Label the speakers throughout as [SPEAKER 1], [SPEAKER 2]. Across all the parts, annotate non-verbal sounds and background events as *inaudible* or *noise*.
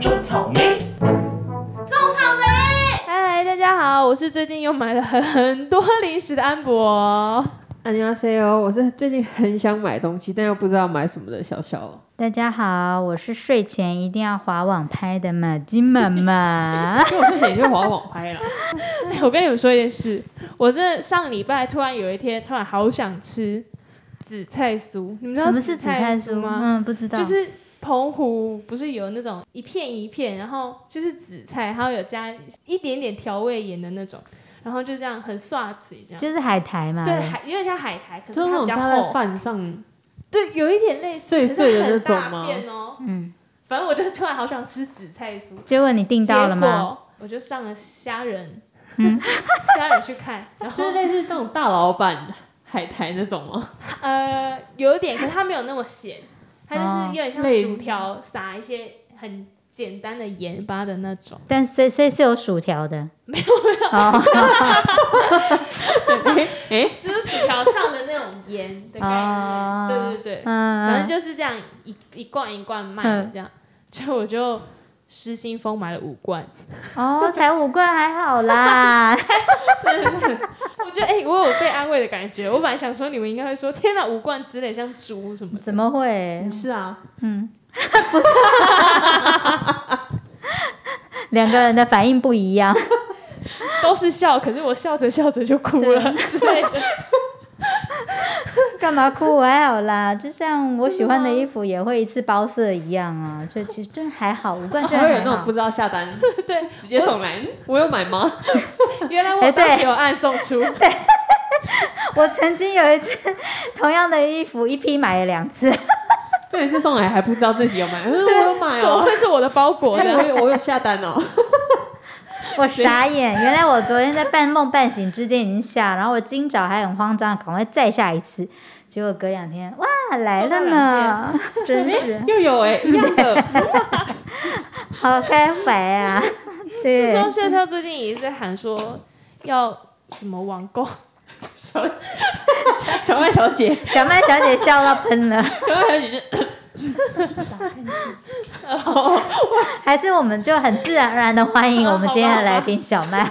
[SPEAKER 1] 种草莓，
[SPEAKER 2] 嗨，大家好，我是最近又买了很多零食的安博。
[SPEAKER 3] 안녕하세요，我是最近很想买东西，但又不知道买什么的小小。。
[SPEAKER 4] 大家好，我是睡前一定要划网拍的马金妈妈
[SPEAKER 3] 因为我之前就滑网拍了，
[SPEAKER 2] 哎，我跟你们说一件事，我这上礼拜突然有一天，突然好想吃紫菜酥。你们知道
[SPEAKER 4] 什么是紫菜
[SPEAKER 2] 酥
[SPEAKER 4] 酥？
[SPEAKER 2] 吗？
[SPEAKER 4] 嗯，不知道。
[SPEAKER 2] 就是澎湖不是有那种一片一片，然后就是紫菜，还有有加一点点调味盐的那种，然后就这样很刷嘴这样。
[SPEAKER 4] 就是海苔嘛。
[SPEAKER 2] 对，海有点像海苔，可是
[SPEAKER 3] *laughs* 就是那
[SPEAKER 2] 它
[SPEAKER 3] 种
[SPEAKER 2] 比较
[SPEAKER 3] 扎在
[SPEAKER 2] 厚。
[SPEAKER 3] 饭上，
[SPEAKER 2] 对，有一点类似
[SPEAKER 3] 碎碎的那种
[SPEAKER 2] 可是
[SPEAKER 3] 吗
[SPEAKER 2] 很大片哦，
[SPEAKER 4] 嗯，
[SPEAKER 2] 反正我就突然好想吃紫菜酥。
[SPEAKER 4] 结果你订到了吗？？
[SPEAKER 2] 我就上了虾仁，
[SPEAKER 4] 嗯
[SPEAKER 2] 虾仁去看，然后
[SPEAKER 3] *laughs* 是类似那种大老板海苔那种 *laughs* 吗？
[SPEAKER 2] 呃有一点，可是它没有那么咸，它就是
[SPEAKER 4] 哦
[SPEAKER 2] 有点像
[SPEAKER 3] 类
[SPEAKER 2] 薯条撒一些很简单的盐巴的那种。
[SPEAKER 4] 但所以所以是有薯条的。没有没有。哦 *laughs*
[SPEAKER 3] 哎，
[SPEAKER 2] 就是薯条上的那种盐的概念，
[SPEAKER 4] 哦
[SPEAKER 2] 对对对，
[SPEAKER 4] 嗯，
[SPEAKER 2] 反正就是这样一一罐一罐卖的
[SPEAKER 4] 嗯
[SPEAKER 2] 这样，就我就失心疯买了五罐，
[SPEAKER 4] 就哦，才五罐还好啦。
[SPEAKER 2] 我觉得哎、我有被安慰的感觉，我本来想说你们应该会说天哪五罐之类像猪什么的，
[SPEAKER 4] 怎么会？
[SPEAKER 3] 是啊，
[SPEAKER 4] 嗯， *laughs* 不是。两个人的反应不一样。
[SPEAKER 2] *laughs* 都是笑，可是我笑着笑着就哭了之类的。
[SPEAKER 4] *laughs* 干嘛哭？我还好啦，就像我
[SPEAKER 2] 真的
[SPEAKER 4] 喜欢的
[SPEAKER 2] 吗
[SPEAKER 4] 衣服也会一次包色一样啊，所以其实真的还好，五
[SPEAKER 2] *laughs*
[SPEAKER 4] 罐真
[SPEAKER 3] 还
[SPEAKER 4] 的
[SPEAKER 3] 会有
[SPEAKER 4] 还
[SPEAKER 3] 那种
[SPEAKER 4] 好
[SPEAKER 3] 不。知道下 *laughs* 单，
[SPEAKER 2] 对，
[SPEAKER 3] 直接送来，我有买吗？
[SPEAKER 2] *laughs* 原来我
[SPEAKER 4] 哎对
[SPEAKER 2] 当时有按送出，
[SPEAKER 4] 我曾经有一次， *laughs* 同样的衣服一批买了两次， *laughs*
[SPEAKER 3] 这一次送来还不知道自己有买，嗯，我有买
[SPEAKER 2] 怎么
[SPEAKER 3] *laughs* 哦，
[SPEAKER 2] 会是我的包裹
[SPEAKER 3] 哎我
[SPEAKER 2] 呢？
[SPEAKER 3] 有我有下单哦，
[SPEAKER 4] 我傻眼。原来我昨天在半梦半醒之间已经下，然后我今早还很慌张，赶快再下一次。结果隔两天，哇，来了呢，真是
[SPEAKER 3] *laughs* 又有 *laughs* 哎，一样的，
[SPEAKER 4] 好开
[SPEAKER 2] *laughs*
[SPEAKER 4] 怀啊！
[SPEAKER 2] 是
[SPEAKER 4] 对，
[SPEAKER 2] 说笑笑最近也在喊说要什么网购，
[SPEAKER 3] 小小麦小姐，
[SPEAKER 4] 小曼小姐笑到喷了，
[SPEAKER 3] 小麦小姐 *laughs* 就
[SPEAKER 4] 还是我们就很自然而然的欢迎我们今天的来宾小
[SPEAKER 2] *laughs*
[SPEAKER 4] 麦，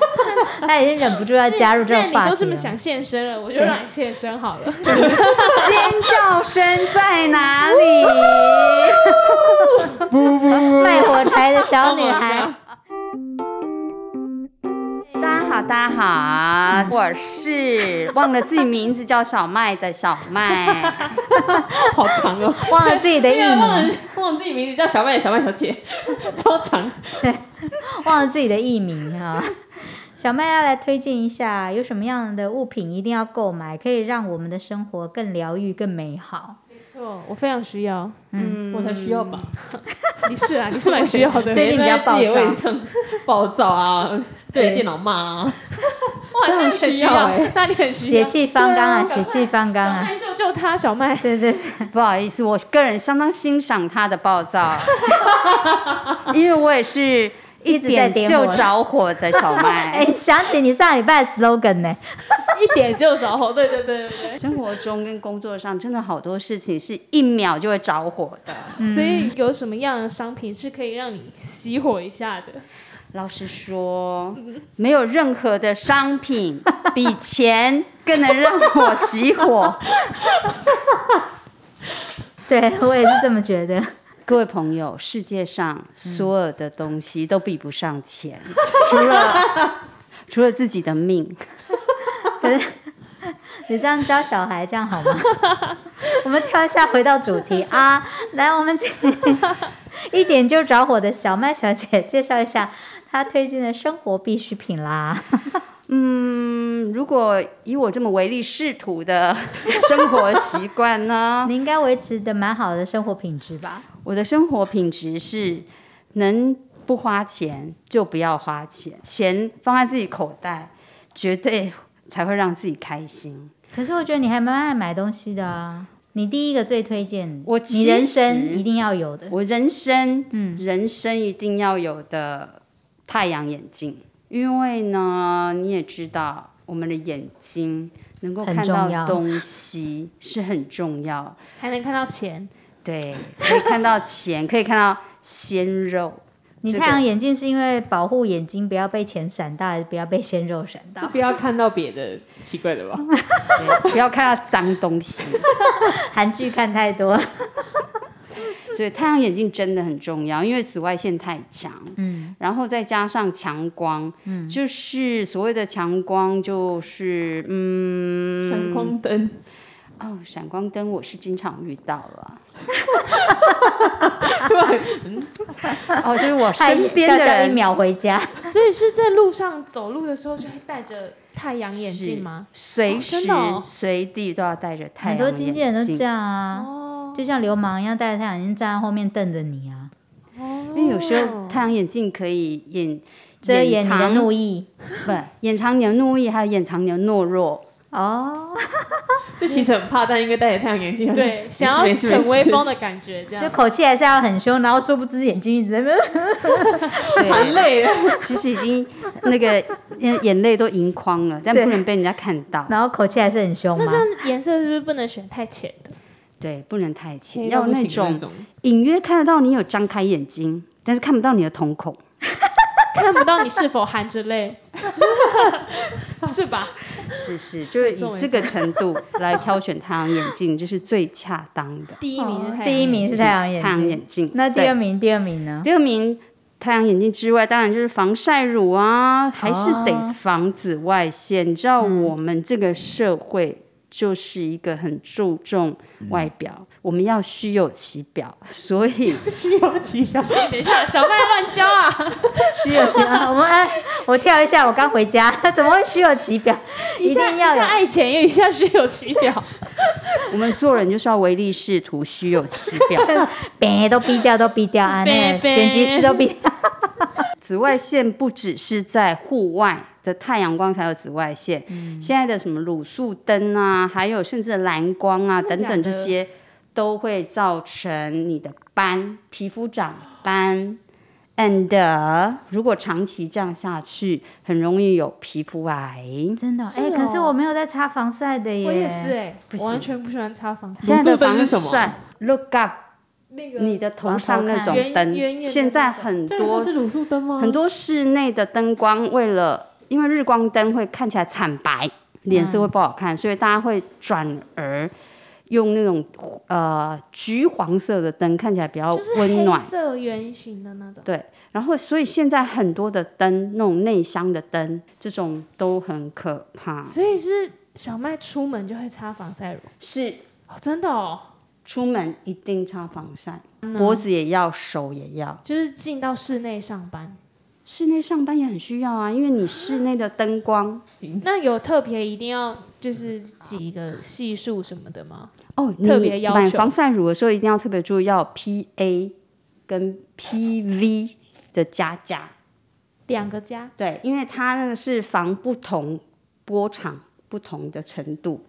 [SPEAKER 4] 她已经忍不住 *laughs* 要加入这
[SPEAKER 2] 既然
[SPEAKER 4] 种话
[SPEAKER 2] 你
[SPEAKER 4] 题啊
[SPEAKER 2] 都
[SPEAKER 4] 了。
[SPEAKER 2] 这么想现身了，我就
[SPEAKER 4] 对
[SPEAKER 2] 让你现身好了。
[SPEAKER 4] 尖叫声在哪里？卖火柴的小女孩，
[SPEAKER 5] 大家好，大家好，我是忘了自己名字叫小麦的小麦，
[SPEAKER 3] 好长哦。
[SPEAKER 4] 忘了自己的艺
[SPEAKER 3] 对啊，忘
[SPEAKER 4] 名，
[SPEAKER 3] 了忘了自己名字叫小麦的小麦小姐， *laughs* 超长。
[SPEAKER 4] 忘了自己的艺名啊！小麦要来推荐一下，有什么样的物品一定要购买，可以让我们的生活更疗愈、更美好？
[SPEAKER 2] 没错，我非常需要。
[SPEAKER 4] 嗯，
[SPEAKER 3] 我才需要吧？
[SPEAKER 2] 你是啊，你是蛮需要
[SPEAKER 3] 哦
[SPEAKER 4] *laughs*
[SPEAKER 2] 的。
[SPEAKER 4] 最近比较暴躁
[SPEAKER 3] 自己的位置上暴躁啊，对电脑骂啊，
[SPEAKER 2] 哇，那你很需
[SPEAKER 3] 非常需要
[SPEAKER 2] 要
[SPEAKER 3] 欸，
[SPEAKER 2] 那你很需
[SPEAKER 4] 哎血
[SPEAKER 2] 要。
[SPEAKER 4] 气方刚啊，
[SPEAKER 2] 对啊
[SPEAKER 4] 血气方刚
[SPEAKER 2] 小
[SPEAKER 4] 啊！
[SPEAKER 2] 麦救救他，小麦。
[SPEAKER 4] 对对，
[SPEAKER 5] 不好意思，我个人相当欣赏他的暴躁，
[SPEAKER 3] *laughs*
[SPEAKER 5] 因为我也是一
[SPEAKER 4] 一直在
[SPEAKER 5] 点
[SPEAKER 4] 点
[SPEAKER 5] 就
[SPEAKER 4] 火
[SPEAKER 5] 着火的小
[SPEAKER 4] 哎
[SPEAKER 2] 啊
[SPEAKER 3] *laughs*
[SPEAKER 5] 麦，。
[SPEAKER 4] 想起你上礼拜的 slogan 呢、
[SPEAKER 2] 一点就着火，对对对对
[SPEAKER 5] 生活中跟工作上真的好多事情是一秒就会着火的。
[SPEAKER 2] 对。
[SPEAKER 4] 嗯
[SPEAKER 2] 所以有什么样的商品是可以让你熄火一下的？
[SPEAKER 5] 老实
[SPEAKER 3] *laughs*
[SPEAKER 5] 说，没有任何的商品比钱更能让我熄火。
[SPEAKER 4] 对我也是这么觉得。
[SPEAKER 5] 各位朋友，世界上所有的东西都比不上钱，除了除了自己的命。
[SPEAKER 4] *laughs* 你这样教小孩，这样好吗？ *laughs* 我们跳一下，回到主题啊！来，我们请一点就着火的小麦小姐介绍一下她推荐的生活必需
[SPEAKER 5] *laughs*
[SPEAKER 4] 品啦。
[SPEAKER 5] 嗯，如果以我这么唯利是图的生活习惯呢，
[SPEAKER 4] *laughs* 你应该维持的蛮好的生活品质吧？
[SPEAKER 5] 我的生活品质是能不花钱就不要花钱，钱放在自己口袋，绝对才会让自己开心。
[SPEAKER 4] 可是我觉得你还蛮爱买东西的啊。你第一个最推荐，
[SPEAKER 5] 我
[SPEAKER 4] 你
[SPEAKER 5] 其
[SPEAKER 4] 人
[SPEAKER 5] 实
[SPEAKER 4] 生一定要有的。
[SPEAKER 5] 我人生，
[SPEAKER 4] 嗯
[SPEAKER 5] 人生一定要有的太阳眼镜，因为呢，你也知道我们的眼睛能够
[SPEAKER 4] 很
[SPEAKER 5] 看
[SPEAKER 4] 重要
[SPEAKER 5] 到东西是很重要，
[SPEAKER 2] 还能看到钱，
[SPEAKER 5] 对，可以看到钱， *laughs* 可以看到鲜肉，
[SPEAKER 4] 你
[SPEAKER 5] 这
[SPEAKER 4] 太阳眼镜是因为保护眼睛不要被钱闪到，还是不要被鲜肉闪
[SPEAKER 5] *laughs*
[SPEAKER 3] 是
[SPEAKER 4] 到？
[SPEAKER 3] 不要看到别的奇怪的吧？
[SPEAKER 5] 对不要看到脏东西。
[SPEAKER 4] 韩剧看太多，
[SPEAKER 5] 哦所以太阳眼镜真的很重要，因为紫外线太强，
[SPEAKER 4] 嗯，
[SPEAKER 5] 然后再加上强光，嗯，就是所谓的强光，就是嗯，
[SPEAKER 3] 闪光灯，
[SPEAKER 5] 哦，闪光灯我是经常遇到了，哦，就是我身边的
[SPEAKER 4] 笑笑一
[SPEAKER 5] 人
[SPEAKER 4] 秒回家，
[SPEAKER 2] 所以是在路上走路的时候就会戴着太阳眼镜吗？
[SPEAKER 5] 随
[SPEAKER 2] 哦
[SPEAKER 5] 时
[SPEAKER 2] 真的哦
[SPEAKER 5] 随地都要戴着太阳
[SPEAKER 4] 很多经纪人都
[SPEAKER 5] 眼镜
[SPEAKER 4] 这样啊，
[SPEAKER 2] 哦
[SPEAKER 4] 就像流氓一样戴着太阳眼镜站在后面瞪着你啊，
[SPEAKER 2] 哦，
[SPEAKER 5] 因为有时候太阳眼镜可以掩
[SPEAKER 4] 遮掩你的
[SPEAKER 5] 藏
[SPEAKER 4] 怒意
[SPEAKER 5] 不掩藏你的怒意，还有掩藏你的懦弱。
[SPEAKER 4] 哦，
[SPEAKER 3] 这其实很怕，但因为戴着太阳眼镜，
[SPEAKER 2] 哦对，
[SPEAKER 3] *laughs* 没事
[SPEAKER 2] 想要
[SPEAKER 3] 没事没
[SPEAKER 2] 逞威
[SPEAKER 3] 事
[SPEAKER 2] 风的感觉，这
[SPEAKER 4] 就
[SPEAKER 2] 样。
[SPEAKER 4] 口气还是要很凶，然后殊不知眼睛一直在那边
[SPEAKER 3] 蛮
[SPEAKER 5] 对，
[SPEAKER 3] 累
[SPEAKER 4] *laughs*
[SPEAKER 3] 的。
[SPEAKER 5] 其实已经那个眼眼泪都盈眶了，但
[SPEAKER 4] 对
[SPEAKER 5] 不能被人家看到。
[SPEAKER 4] 然后口气还是很凶嘛
[SPEAKER 2] 那。这样颜色是不是不能选太浅的？
[SPEAKER 5] 对，不能太浅，
[SPEAKER 3] 黑到
[SPEAKER 5] 要
[SPEAKER 3] 不行
[SPEAKER 5] 那
[SPEAKER 3] 的那
[SPEAKER 5] 种
[SPEAKER 3] 种，
[SPEAKER 5] 隐约看得到你有张开眼睛，但是看不到你的瞳孔。
[SPEAKER 2] 看不到你是否含着泪，是吧？
[SPEAKER 5] 是是，就是
[SPEAKER 2] 没错
[SPEAKER 5] 以这个程度来挑选太阳眼镜，就是最恰当的。
[SPEAKER 2] 第一名是太阳
[SPEAKER 4] 第一名是太阳眼
[SPEAKER 5] 太阳
[SPEAKER 4] 镜，
[SPEAKER 5] 眼镜，
[SPEAKER 4] 那第
[SPEAKER 5] 对
[SPEAKER 4] 二名第二名呢？
[SPEAKER 5] 第二名太阳眼镜之外，当然就是防晒乳啊，还是
[SPEAKER 4] 哦
[SPEAKER 5] 得防紫外线。你知
[SPEAKER 4] 啊
[SPEAKER 5] 道我们这个社会就是一个很注重外表，我们要虚有其表，所以
[SPEAKER 3] 需要其他。
[SPEAKER 2] 等一下，小麦乱教啊！
[SPEAKER 4] 虚有其表，我 *laughs* 们哎，我跳一下，我刚回家， *laughs* 怎么会虚有其表？
[SPEAKER 2] 一
[SPEAKER 4] 一哎
[SPEAKER 2] 下
[SPEAKER 4] 定要
[SPEAKER 2] 一下
[SPEAKER 4] 有
[SPEAKER 2] 爱钱，又一下虚有其表。
[SPEAKER 5] 我们做人就是要唯利是图，虚有其表。
[SPEAKER 4] 别都逼掉，都逼掉啊！那
[SPEAKER 2] 别
[SPEAKER 4] 个
[SPEAKER 2] 别
[SPEAKER 4] 剪辑师都逼掉。
[SPEAKER 5] 紫外线不只是在户外的太阳光才有紫外线，
[SPEAKER 2] 嗯
[SPEAKER 5] 现在的什么卤素灯啊，还有甚至蓝光啊
[SPEAKER 2] 真的
[SPEAKER 5] 等
[SPEAKER 2] 假的
[SPEAKER 5] 等这些，都会造成你的斑、皮肤长斑。And 呃如果长期这样下去，很容易有皮肤癌。
[SPEAKER 4] *laughs* *laughs* 真的哦，
[SPEAKER 2] 是
[SPEAKER 4] 哎，可是
[SPEAKER 2] 哦
[SPEAKER 4] 我没有在擦防晒的耶。
[SPEAKER 2] 我也是。哎、
[SPEAKER 5] 不
[SPEAKER 2] 我
[SPEAKER 5] 行
[SPEAKER 2] 完全不喜欢擦防晒。
[SPEAKER 5] 现在
[SPEAKER 3] 卤
[SPEAKER 5] 的
[SPEAKER 3] 素灯
[SPEAKER 5] 防
[SPEAKER 3] 是什么
[SPEAKER 5] 晒，Look up，
[SPEAKER 2] 那个
[SPEAKER 5] 你的头上那种
[SPEAKER 2] 圆圆圆
[SPEAKER 5] 灯，
[SPEAKER 2] 的
[SPEAKER 5] 现在
[SPEAKER 2] 那种
[SPEAKER 5] 很
[SPEAKER 3] 这个就
[SPEAKER 5] 多
[SPEAKER 3] 是卤素灯吗？
[SPEAKER 5] 很多室内的灯光，为了因为日光灯会看起来惨白，脸色会不好看，所以大家会转而用那种呃橘黄色的灯，看起来比较
[SPEAKER 2] 就是
[SPEAKER 5] 温暖
[SPEAKER 2] 黑。色圆形的那种。
[SPEAKER 5] 对，然后所以现在很多的灯，那种内箱的灯，这种都很可怕。
[SPEAKER 2] 所以是小麦出门就会擦防晒乳
[SPEAKER 5] 是
[SPEAKER 2] 哦，真的哦，
[SPEAKER 5] 出门一定擦防晒，脖子也要，手也要。
[SPEAKER 2] 就是进到室内上班。
[SPEAKER 5] 室内上班也很需要啊，因为你室内的灯光
[SPEAKER 2] 那有特别一定要就是几个系数什么的吗？
[SPEAKER 5] 哦，
[SPEAKER 2] 特
[SPEAKER 5] 你
[SPEAKER 2] 别要
[SPEAKER 5] 买
[SPEAKER 2] 求
[SPEAKER 5] 防晒乳的时候一定要特别注意，要 PA 跟 PV 的加价，
[SPEAKER 2] 两个加
[SPEAKER 5] 对，因为它那个是防不同波长不同的程度，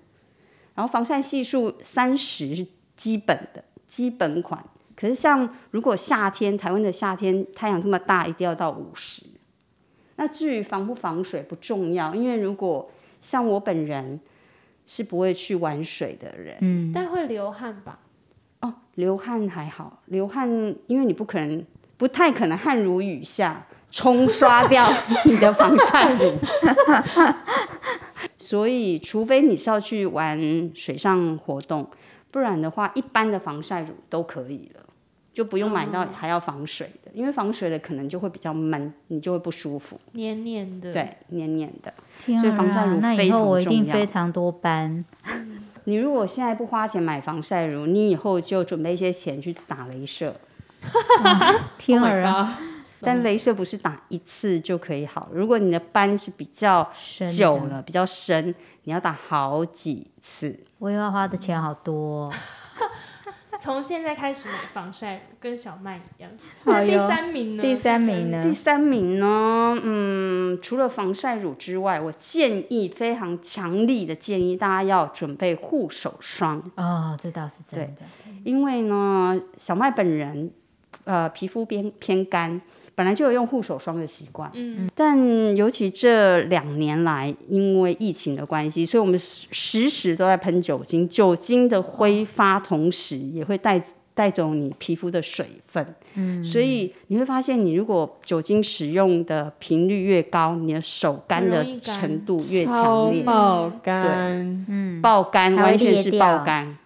[SPEAKER 5] 然后防晒系数三十是基本的基本款，可是像如果夏天台湾的夏天太阳这么大，一定要到五十。那至于防不防水不重要，因为如果像我本人是不会去玩水的人。
[SPEAKER 4] 嗯，
[SPEAKER 2] 但会流汗吧？
[SPEAKER 5] 哦，流汗还好，流汗因为你不可能，不太可能汗如雨下冲刷掉你的防晒乳， *laughs* 所以除非你是要去玩水上活动，不然的话，一般的防晒乳都可以了。就不用买到还要防水的，因为防水的可能就会比较闷，你就会不舒服，
[SPEAKER 2] 黏黏的，，
[SPEAKER 5] 对，黏黏的。
[SPEAKER 4] 天
[SPEAKER 5] 所以防晒
[SPEAKER 4] 啊
[SPEAKER 5] 乳，
[SPEAKER 4] 那以
[SPEAKER 5] 非
[SPEAKER 4] 后
[SPEAKER 5] 常
[SPEAKER 4] 我一定
[SPEAKER 5] 重要
[SPEAKER 4] 非常多斑。
[SPEAKER 5] 你如果现在不花钱买防晒乳，你以后就准备一些钱去打镭射，
[SPEAKER 4] 天儿啊，
[SPEAKER 3] 啊，
[SPEAKER 5] 但镭射不是打一次就可以好，如果你的斑是比较
[SPEAKER 4] 神的
[SPEAKER 5] 久了、比较深，你要打好几次。
[SPEAKER 4] 我又要花的钱好多哦。
[SPEAKER 2] 从现在开始买防晒乳，跟小麦一样。
[SPEAKER 4] 好
[SPEAKER 2] 那第
[SPEAKER 4] 哟
[SPEAKER 2] 三名呢？
[SPEAKER 4] 第三名呢
[SPEAKER 5] 第？三名呢，嗯，除了防晒乳之外，我建议非常强力的建议大家要准备护手霜，
[SPEAKER 4] 哦，这倒是真的。
[SPEAKER 5] 因为呢，小麦本人呃皮肤偏偏干，本来就有用护手霜的习惯，
[SPEAKER 2] 嗯，
[SPEAKER 5] 但尤其这两年来，因为疫情的关系，所以我们时时时都在喷酒精，酒精的挥发同时也会带带走你皮肤的水分，嗯，所以你会发现，你如果酒精使用的频率越高，你的手干的
[SPEAKER 2] 很容易干
[SPEAKER 5] 程度越强
[SPEAKER 3] 超
[SPEAKER 5] 烈，
[SPEAKER 3] 爆干，
[SPEAKER 4] 嗯，
[SPEAKER 5] 爆干
[SPEAKER 4] 还会
[SPEAKER 5] 完全
[SPEAKER 4] 裂
[SPEAKER 5] 是
[SPEAKER 4] 掉
[SPEAKER 5] 爆干，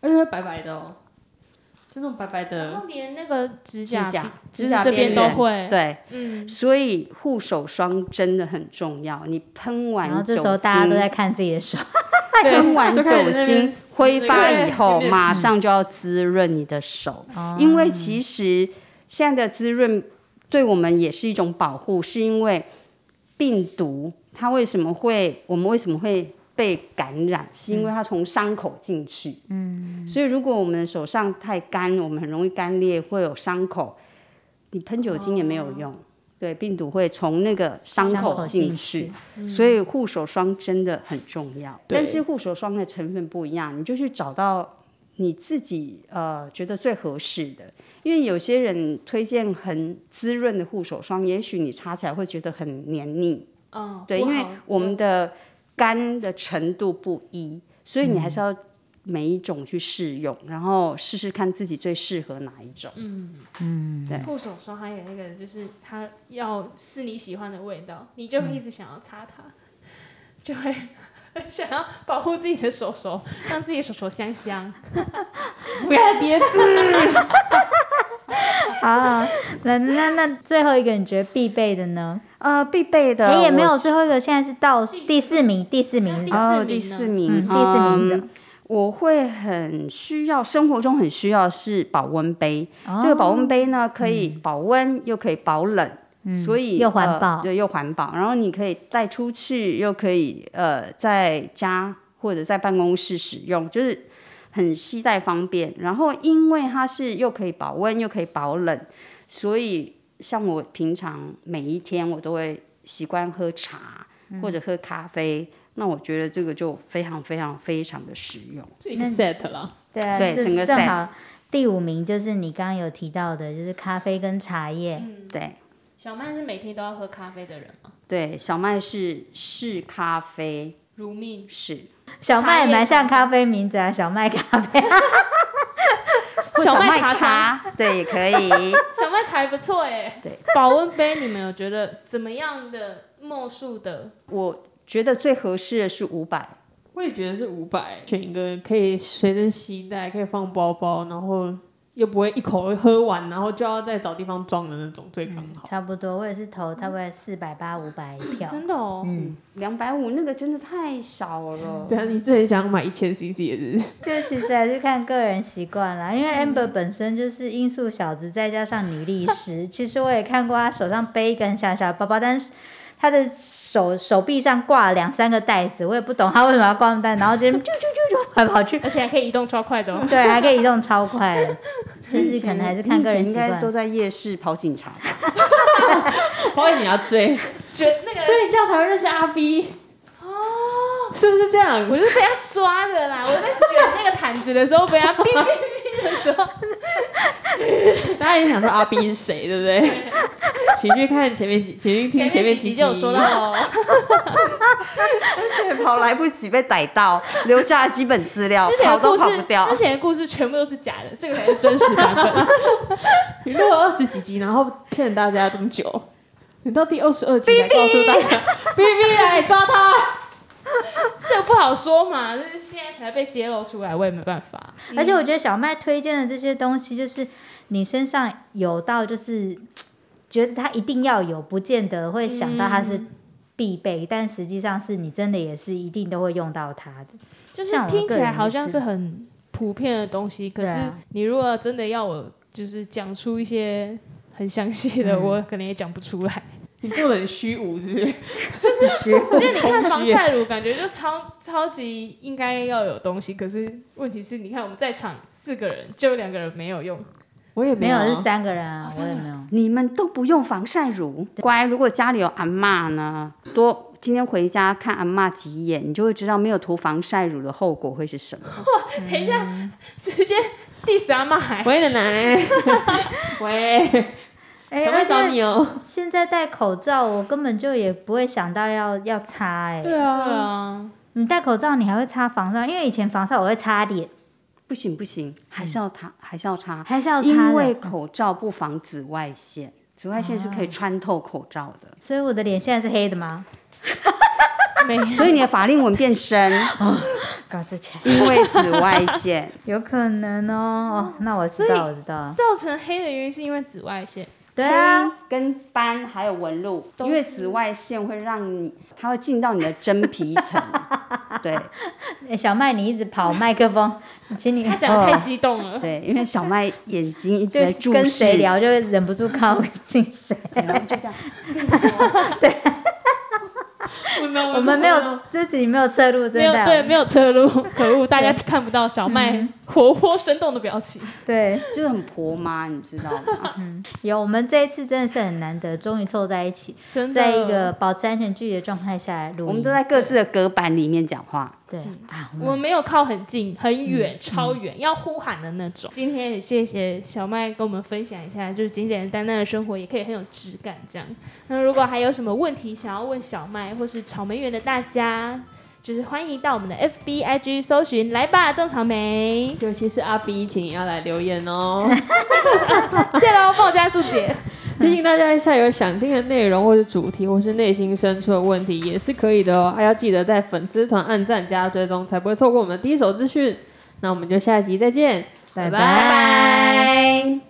[SPEAKER 3] 而且会白白的哦，就那种白白
[SPEAKER 2] 然
[SPEAKER 3] 的，
[SPEAKER 2] 后连那个指
[SPEAKER 5] 指
[SPEAKER 2] 甲
[SPEAKER 5] 甲
[SPEAKER 2] 比
[SPEAKER 5] 指甲
[SPEAKER 2] 这边都
[SPEAKER 5] 缘
[SPEAKER 2] 会，
[SPEAKER 5] 对，
[SPEAKER 2] 嗯，
[SPEAKER 5] 所以护手霜真的很重要。你喷完
[SPEAKER 4] 然后
[SPEAKER 5] 酒
[SPEAKER 4] 这
[SPEAKER 5] 精，
[SPEAKER 4] 时候大家都在看自己的手， *laughs*
[SPEAKER 5] 喷
[SPEAKER 2] *laughs* 对，
[SPEAKER 5] 完酒
[SPEAKER 3] 就开始那
[SPEAKER 5] 精
[SPEAKER 3] 边
[SPEAKER 5] 挥发
[SPEAKER 3] 对
[SPEAKER 5] 以后，
[SPEAKER 3] 对
[SPEAKER 5] 马上就要滋润你的手，因为其实现在的滋润对我们也是一种保护，是因为病毒它为什么会我们为什么会被感染，是因为它从伤口进去，嗯，所以如果我们手上太干，我们很容易干裂，会有伤口，你喷酒精也没有用。对，病毒会从那个伤
[SPEAKER 4] 伤
[SPEAKER 5] 口
[SPEAKER 4] 口
[SPEAKER 5] 进
[SPEAKER 4] 进
[SPEAKER 5] 去
[SPEAKER 4] 去，
[SPEAKER 5] 所以护手霜真的很重要，
[SPEAKER 3] 对
[SPEAKER 5] 但是护手霜的成分不一样，你就去找到你自己呃觉得最合适的。因为有些人推荐很滋润的护手霜，也许你擦起来会觉得很黏腻，
[SPEAKER 2] 嗯，
[SPEAKER 5] 对，
[SPEAKER 2] 不
[SPEAKER 5] 因为
[SPEAKER 2] 好
[SPEAKER 5] 我们的干的程度不一，所以你还是要每一种去试用，然后试试看自己最适合哪一种。
[SPEAKER 2] 护手霜还有那个就是它要是你喜欢的味道，你就会一直想要擦它，就会想要保护自己的手手，让自己的手手香香。
[SPEAKER 3] 不要叠字。
[SPEAKER 4] 啊，那那那最后一个你觉得必备的呢？
[SPEAKER 5] 呃，必备的
[SPEAKER 4] 哎、也没
[SPEAKER 5] 我
[SPEAKER 4] 有最后一个，现在是到第四名，第四名是什么？
[SPEAKER 5] 哦，
[SPEAKER 2] 第
[SPEAKER 5] 第
[SPEAKER 2] 四
[SPEAKER 5] 四
[SPEAKER 4] 嗯，
[SPEAKER 5] 名，
[SPEAKER 4] 第四名
[SPEAKER 5] 嗯
[SPEAKER 4] 的、
[SPEAKER 5] 我会很需要，生活中很需要是保温杯。嗯这个保
[SPEAKER 4] 哦
[SPEAKER 5] 温杯呢，可以保温、又可以保冷，所以
[SPEAKER 4] 嗯又环保
[SPEAKER 5] 呃对，又环保。然后你可以带出去，又可以呃在家或者在办公室使用，就是很携带方便。然后因为它是又可以保温又可以保冷，所以像我平常每一天我都会习惯喝茶
[SPEAKER 4] 嗯
[SPEAKER 5] 或者喝咖啡。那我觉得这个就非常非常非常的实用。
[SPEAKER 3] 就一个 set 了，
[SPEAKER 4] 对啊，
[SPEAKER 5] 对
[SPEAKER 4] 这
[SPEAKER 5] 整个
[SPEAKER 4] 正
[SPEAKER 5] set
[SPEAKER 4] 好第五名就是你刚刚有提到的，就是咖啡跟茶叶。
[SPEAKER 2] 嗯，
[SPEAKER 5] 对
[SPEAKER 2] 小曼是每天都要喝咖啡的人吗？
[SPEAKER 5] 对，小麦是是咖啡
[SPEAKER 2] 如命，
[SPEAKER 5] 是。
[SPEAKER 4] 小麦也
[SPEAKER 2] 茶叶
[SPEAKER 4] 蛮
[SPEAKER 2] 茶
[SPEAKER 4] 像咖啡名字啊，小麦咖啡。
[SPEAKER 5] 或
[SPEAKER 2] 小
[SPEAKER 5] 小
[SPEAKER 2] 麦
[SPEAKER 5] 麦
[SPEAKER 2] 茶
[SPEAKER 5] 茶， *laughs* 对，也可以。
[SPEAKER 2] 小麦茶还不错哎。
[SPEAKER 5] 对，
[SPEAKER 2] 保温杯你们有觉得怎么样的墨数的？
[SPEAKER 5] 我觉得最合适的是五百，
[SPEAKER 3] 我也觉得是五百，选一个可以随身携带，可以放包包，然后又不会一口喝完，然后就要再找地方装的那种，最刚好。
[SPEAKER 4] 差不多，我也是投差不多四百八五百一票。
[SPEAKER 2] 真的哦，
[SPEAKER 4] 嗯，
[SPEAKER 5] 两百五那个真的太少了
[SPEAKER 3] 这。样你是很想买一千 CC 的是不 *laughs* 是？
[SPEAKER 4] 就其实还是看个人习惯啦，因为 Amber 本身就是音速小子，再加上女力师，其实我也看过她手上背一个很小小的包包，但是她的手手臂上挂了两三个袋子，我也不懂她为什么要挂那么袋，然后就啾啾啾啾跑来跑去，
[SPEAKER 2] 而且还可以移动超快的哦。
[SPEAKER 4] 对，还可以移动超快的，就是可能还是看个人
[SPEAKER 5] 你以
[SPEAKER 4] 习
[SPEAKER 5] 前应该
[SPEAKER 4] 惯
[SPEAKER 5] 都。在夜市跑警 *laughs* 察吧。
[SPEAKER 3] 包括你要追，
[SPEAKER 2] 觉得那个
[SPEAKER 3] *laughs* 所以这样才会认识阿 B 哦， *laughs* 是不是这样？
[SPEAKER 2] 我就是被他抓的啦！我在卷那个毯子的时候，被他 *laughs* 哔哔哔的时候，
[SPEAKER 3] 大家也想说阿 B 是谁，对不对？ *laughs* 请去看前面几，请去听前面几
[SPEAKER 2] 集
[SPEAKER 3] 集
[SPEAKER 2] 就有
[SPEAKER 3] *laughs*
[SPEAKER 2] 说到哦，
[SPEAKER 5] 而且跑来不及被逮到， *laughs* 留下基本资料
[SPEAKER 2] 之，前
[SPEAKER 5] 跑
[SPEAKER 2] 的
[SPEAKER 5] 都
[SPEAKER 2] 故
[SPEAKER 5] 跑不
[SPEAKER 2] 事，
[SPEAKER 5] 掉
[SPEAKER 2] 之。前的故事全部都是假的，这个才是真实版本。
[SPEAKER 3] 你录了二十几集，然后骗大家这么久，你到第二十二集才告诉大家，B B 来抓他。
[SPEAKER 2] 这个不好说嘛，就是现在才被揭露出来，我也没办法。
[SPEAKER 4] 而且我觉得小麦推荐的这些东西，就是你身上有到，就是觉得它一定要有，不见得会想到它是必备，但实际上是你真的也是一定都会用到它的。
[SPEAKER 2] 就是
[SPEAKER 4] 像我
[SPEAKER 2] 听起
[SPEAKER 4] 个人
[SPEAKER 2] 来
[SPEAKER 4] 也
[SPEAKER 2] 好像
[SPEAKER 4] 是
[SPEAKER 2] 是很普遍的东西，可
[SPEAKER 4] 对
[SPEAKER 2] 是
[SPEAKER 4] 啊
[SPEAKER 2] 你如果真的要我就是讲出一些很详细的，我可能也讲不出来。
[SPEAKER 3] *laughs* 你过得很虚无，是不是？
[SPEAKER 2] 我觉得你看
[SPEAKER 3] 空虚
[SPEAKER 2] 防晒乳，感觉就超超级应该要有东西，可是问题是，你看我们在场四个人，就有两个人没有用，
[SPEAKER 3] 我也
[SPEAKER 4] 没有
[SPEAKER 3] 啊
[SPEAKER 4] 是三个人啊，我
[SPEAKER 2] 三
[SPEAKER 4] 也
[SPEAKER 2] 个
[SPEAKER 4] 没有。
[SPEAKER 5] 你们都不用防晒乳，乖！如果家里有阿嬷呢，多今天回家看阿嬷几眼，你就会知道没有涂防晒乳的后果会是什么。
[SPEAKER 2] 等一欸下直接 diss 阿妈，
[SPEAKER 3] *laughs* 喂奶奶，喂，
[SPEAKER 4] 哎、
[SPEAKER 3] 赶快
[SPEAKER 4] 而
[SPEAKER 3] 找
[SPEAKER 4] 且
[SPEAKER 3] 你哦。
[SPEAKER 4] 现在戴口罩，我根本就也不会想到要要擦、哎，
[SPEAKER 3] 对
[SPEAKER 2] 对
[SPEAKER 3] 啊，
[SPEAKER 2] 啊，
[SPEAKER 4] 你戴口罩，你还会擦防晒，因为以前防晒我会擦脸，
[SPEAKER 5] 不行不行，还是要擦，还是要擦，
[SPEAKER 4] 还是要擦
[SPEAKER 5] 因
[SPEAKER 4] 的
[SPEAKER 5] 为口罩不防紫外线，紫外线是可以穿透口罩的，
[SPEAKER 4] 所以我的脸现在是黑的吗？
[SPEAKER 2] 没有
[SPEAKER 5] 所以你的法令纹变深，
[SPEAKER 4] 搞这起来，
[SPEAKER 5] 因为紫外线。
[SPEAKER 4] 有可能哦。哦，那我知
[SPEAKER 2] 所以
[SPEAKER 4] 道，我知道了。
[SPEAKER 2] 造成黑的原因是因为紫外线。
[SPEAKER 4] 对啊，，
[SPEAKER 5] 跟斑还有纹路，
[SPEAKER 2] 都
[SPEAKER 5] 因为
[SPEAKER 2] 是
[SPEAKER 5] 紫外线会让你，它会进到你的真皮层。对
[SPEAKER 4] 哎小麦，你一直跑麦克风，请你
[SPEAKER 2] 他讲的太激动了，
[SPEAKER 5] 对，因为小麦眼睛一直在
[SPEAKER 4] *laughs* 就
[SPEAKER 5] 注视，
[SPEAKER 4] 跟谁聊就忍不住靠 *laughs* 近
[SPEAKER 2] *laughs*
[SPEAKER 4] 谁。
[SPEAKER 5] 然后就这样，
[SPEAKER 3] 不能
[SPEAKER 4] 我们没有自己没有侧录，
[SPEAKER 2] 哦没
[SPEAKER 4] 真
[SPEAKER 2] 有对，
[SPEAKER 4] 的
[SPEAKER 2] 没有侧 *laughs* 录，可恶，大家看不到小麦活泼生动的表情。
[SPEAKER 4] 对，
[SPEAKER 5] *laughs* 就是很婆妈，你知道吗？
[SPEAKER 4] 有我们这一次真的是很难得，终于凑在一起，
[SPEAKER 2] 真的，
[SPEAKER 4] 在一个保持安全距离的状态下来录音。
[SPEAKER 5] 我们都在各自的隔板里面讲话。
[SPEAKER 4] 对
[SPEAKER 2] 嗯
[SPEAKER 4] 啊，我
[SPEAKER 2] 我们没有靠很近，很远，超远，要呼喊的那种。嗯今天也谢谢小麦跟我们分享一下，就是简简单单的生活也可以很有质感这样。那如果还有什么问题想要问小麦或是草莓园的大家，就是欢迎到我们的 FB IG 搜寻来吧种草 *laughs* 莓，
[SPEAKER 3] 尤其是阿 B，请要来留言 *laughs* 哦。
[SPEAKER 2] 谢喽，帮我加注解。
[SPEAKER 3] 提醒大家一下，有想听的内容或是主题，或是内心深处的问题，也是可以的哦。还要记得在粉丝团按赞加追踪，才不会错过我们的第一手资讯。那我们就下集再见，
[SPEAKER 4] 拜
[SPEAKER 3] 拜
[SPEAKER 4] 拜。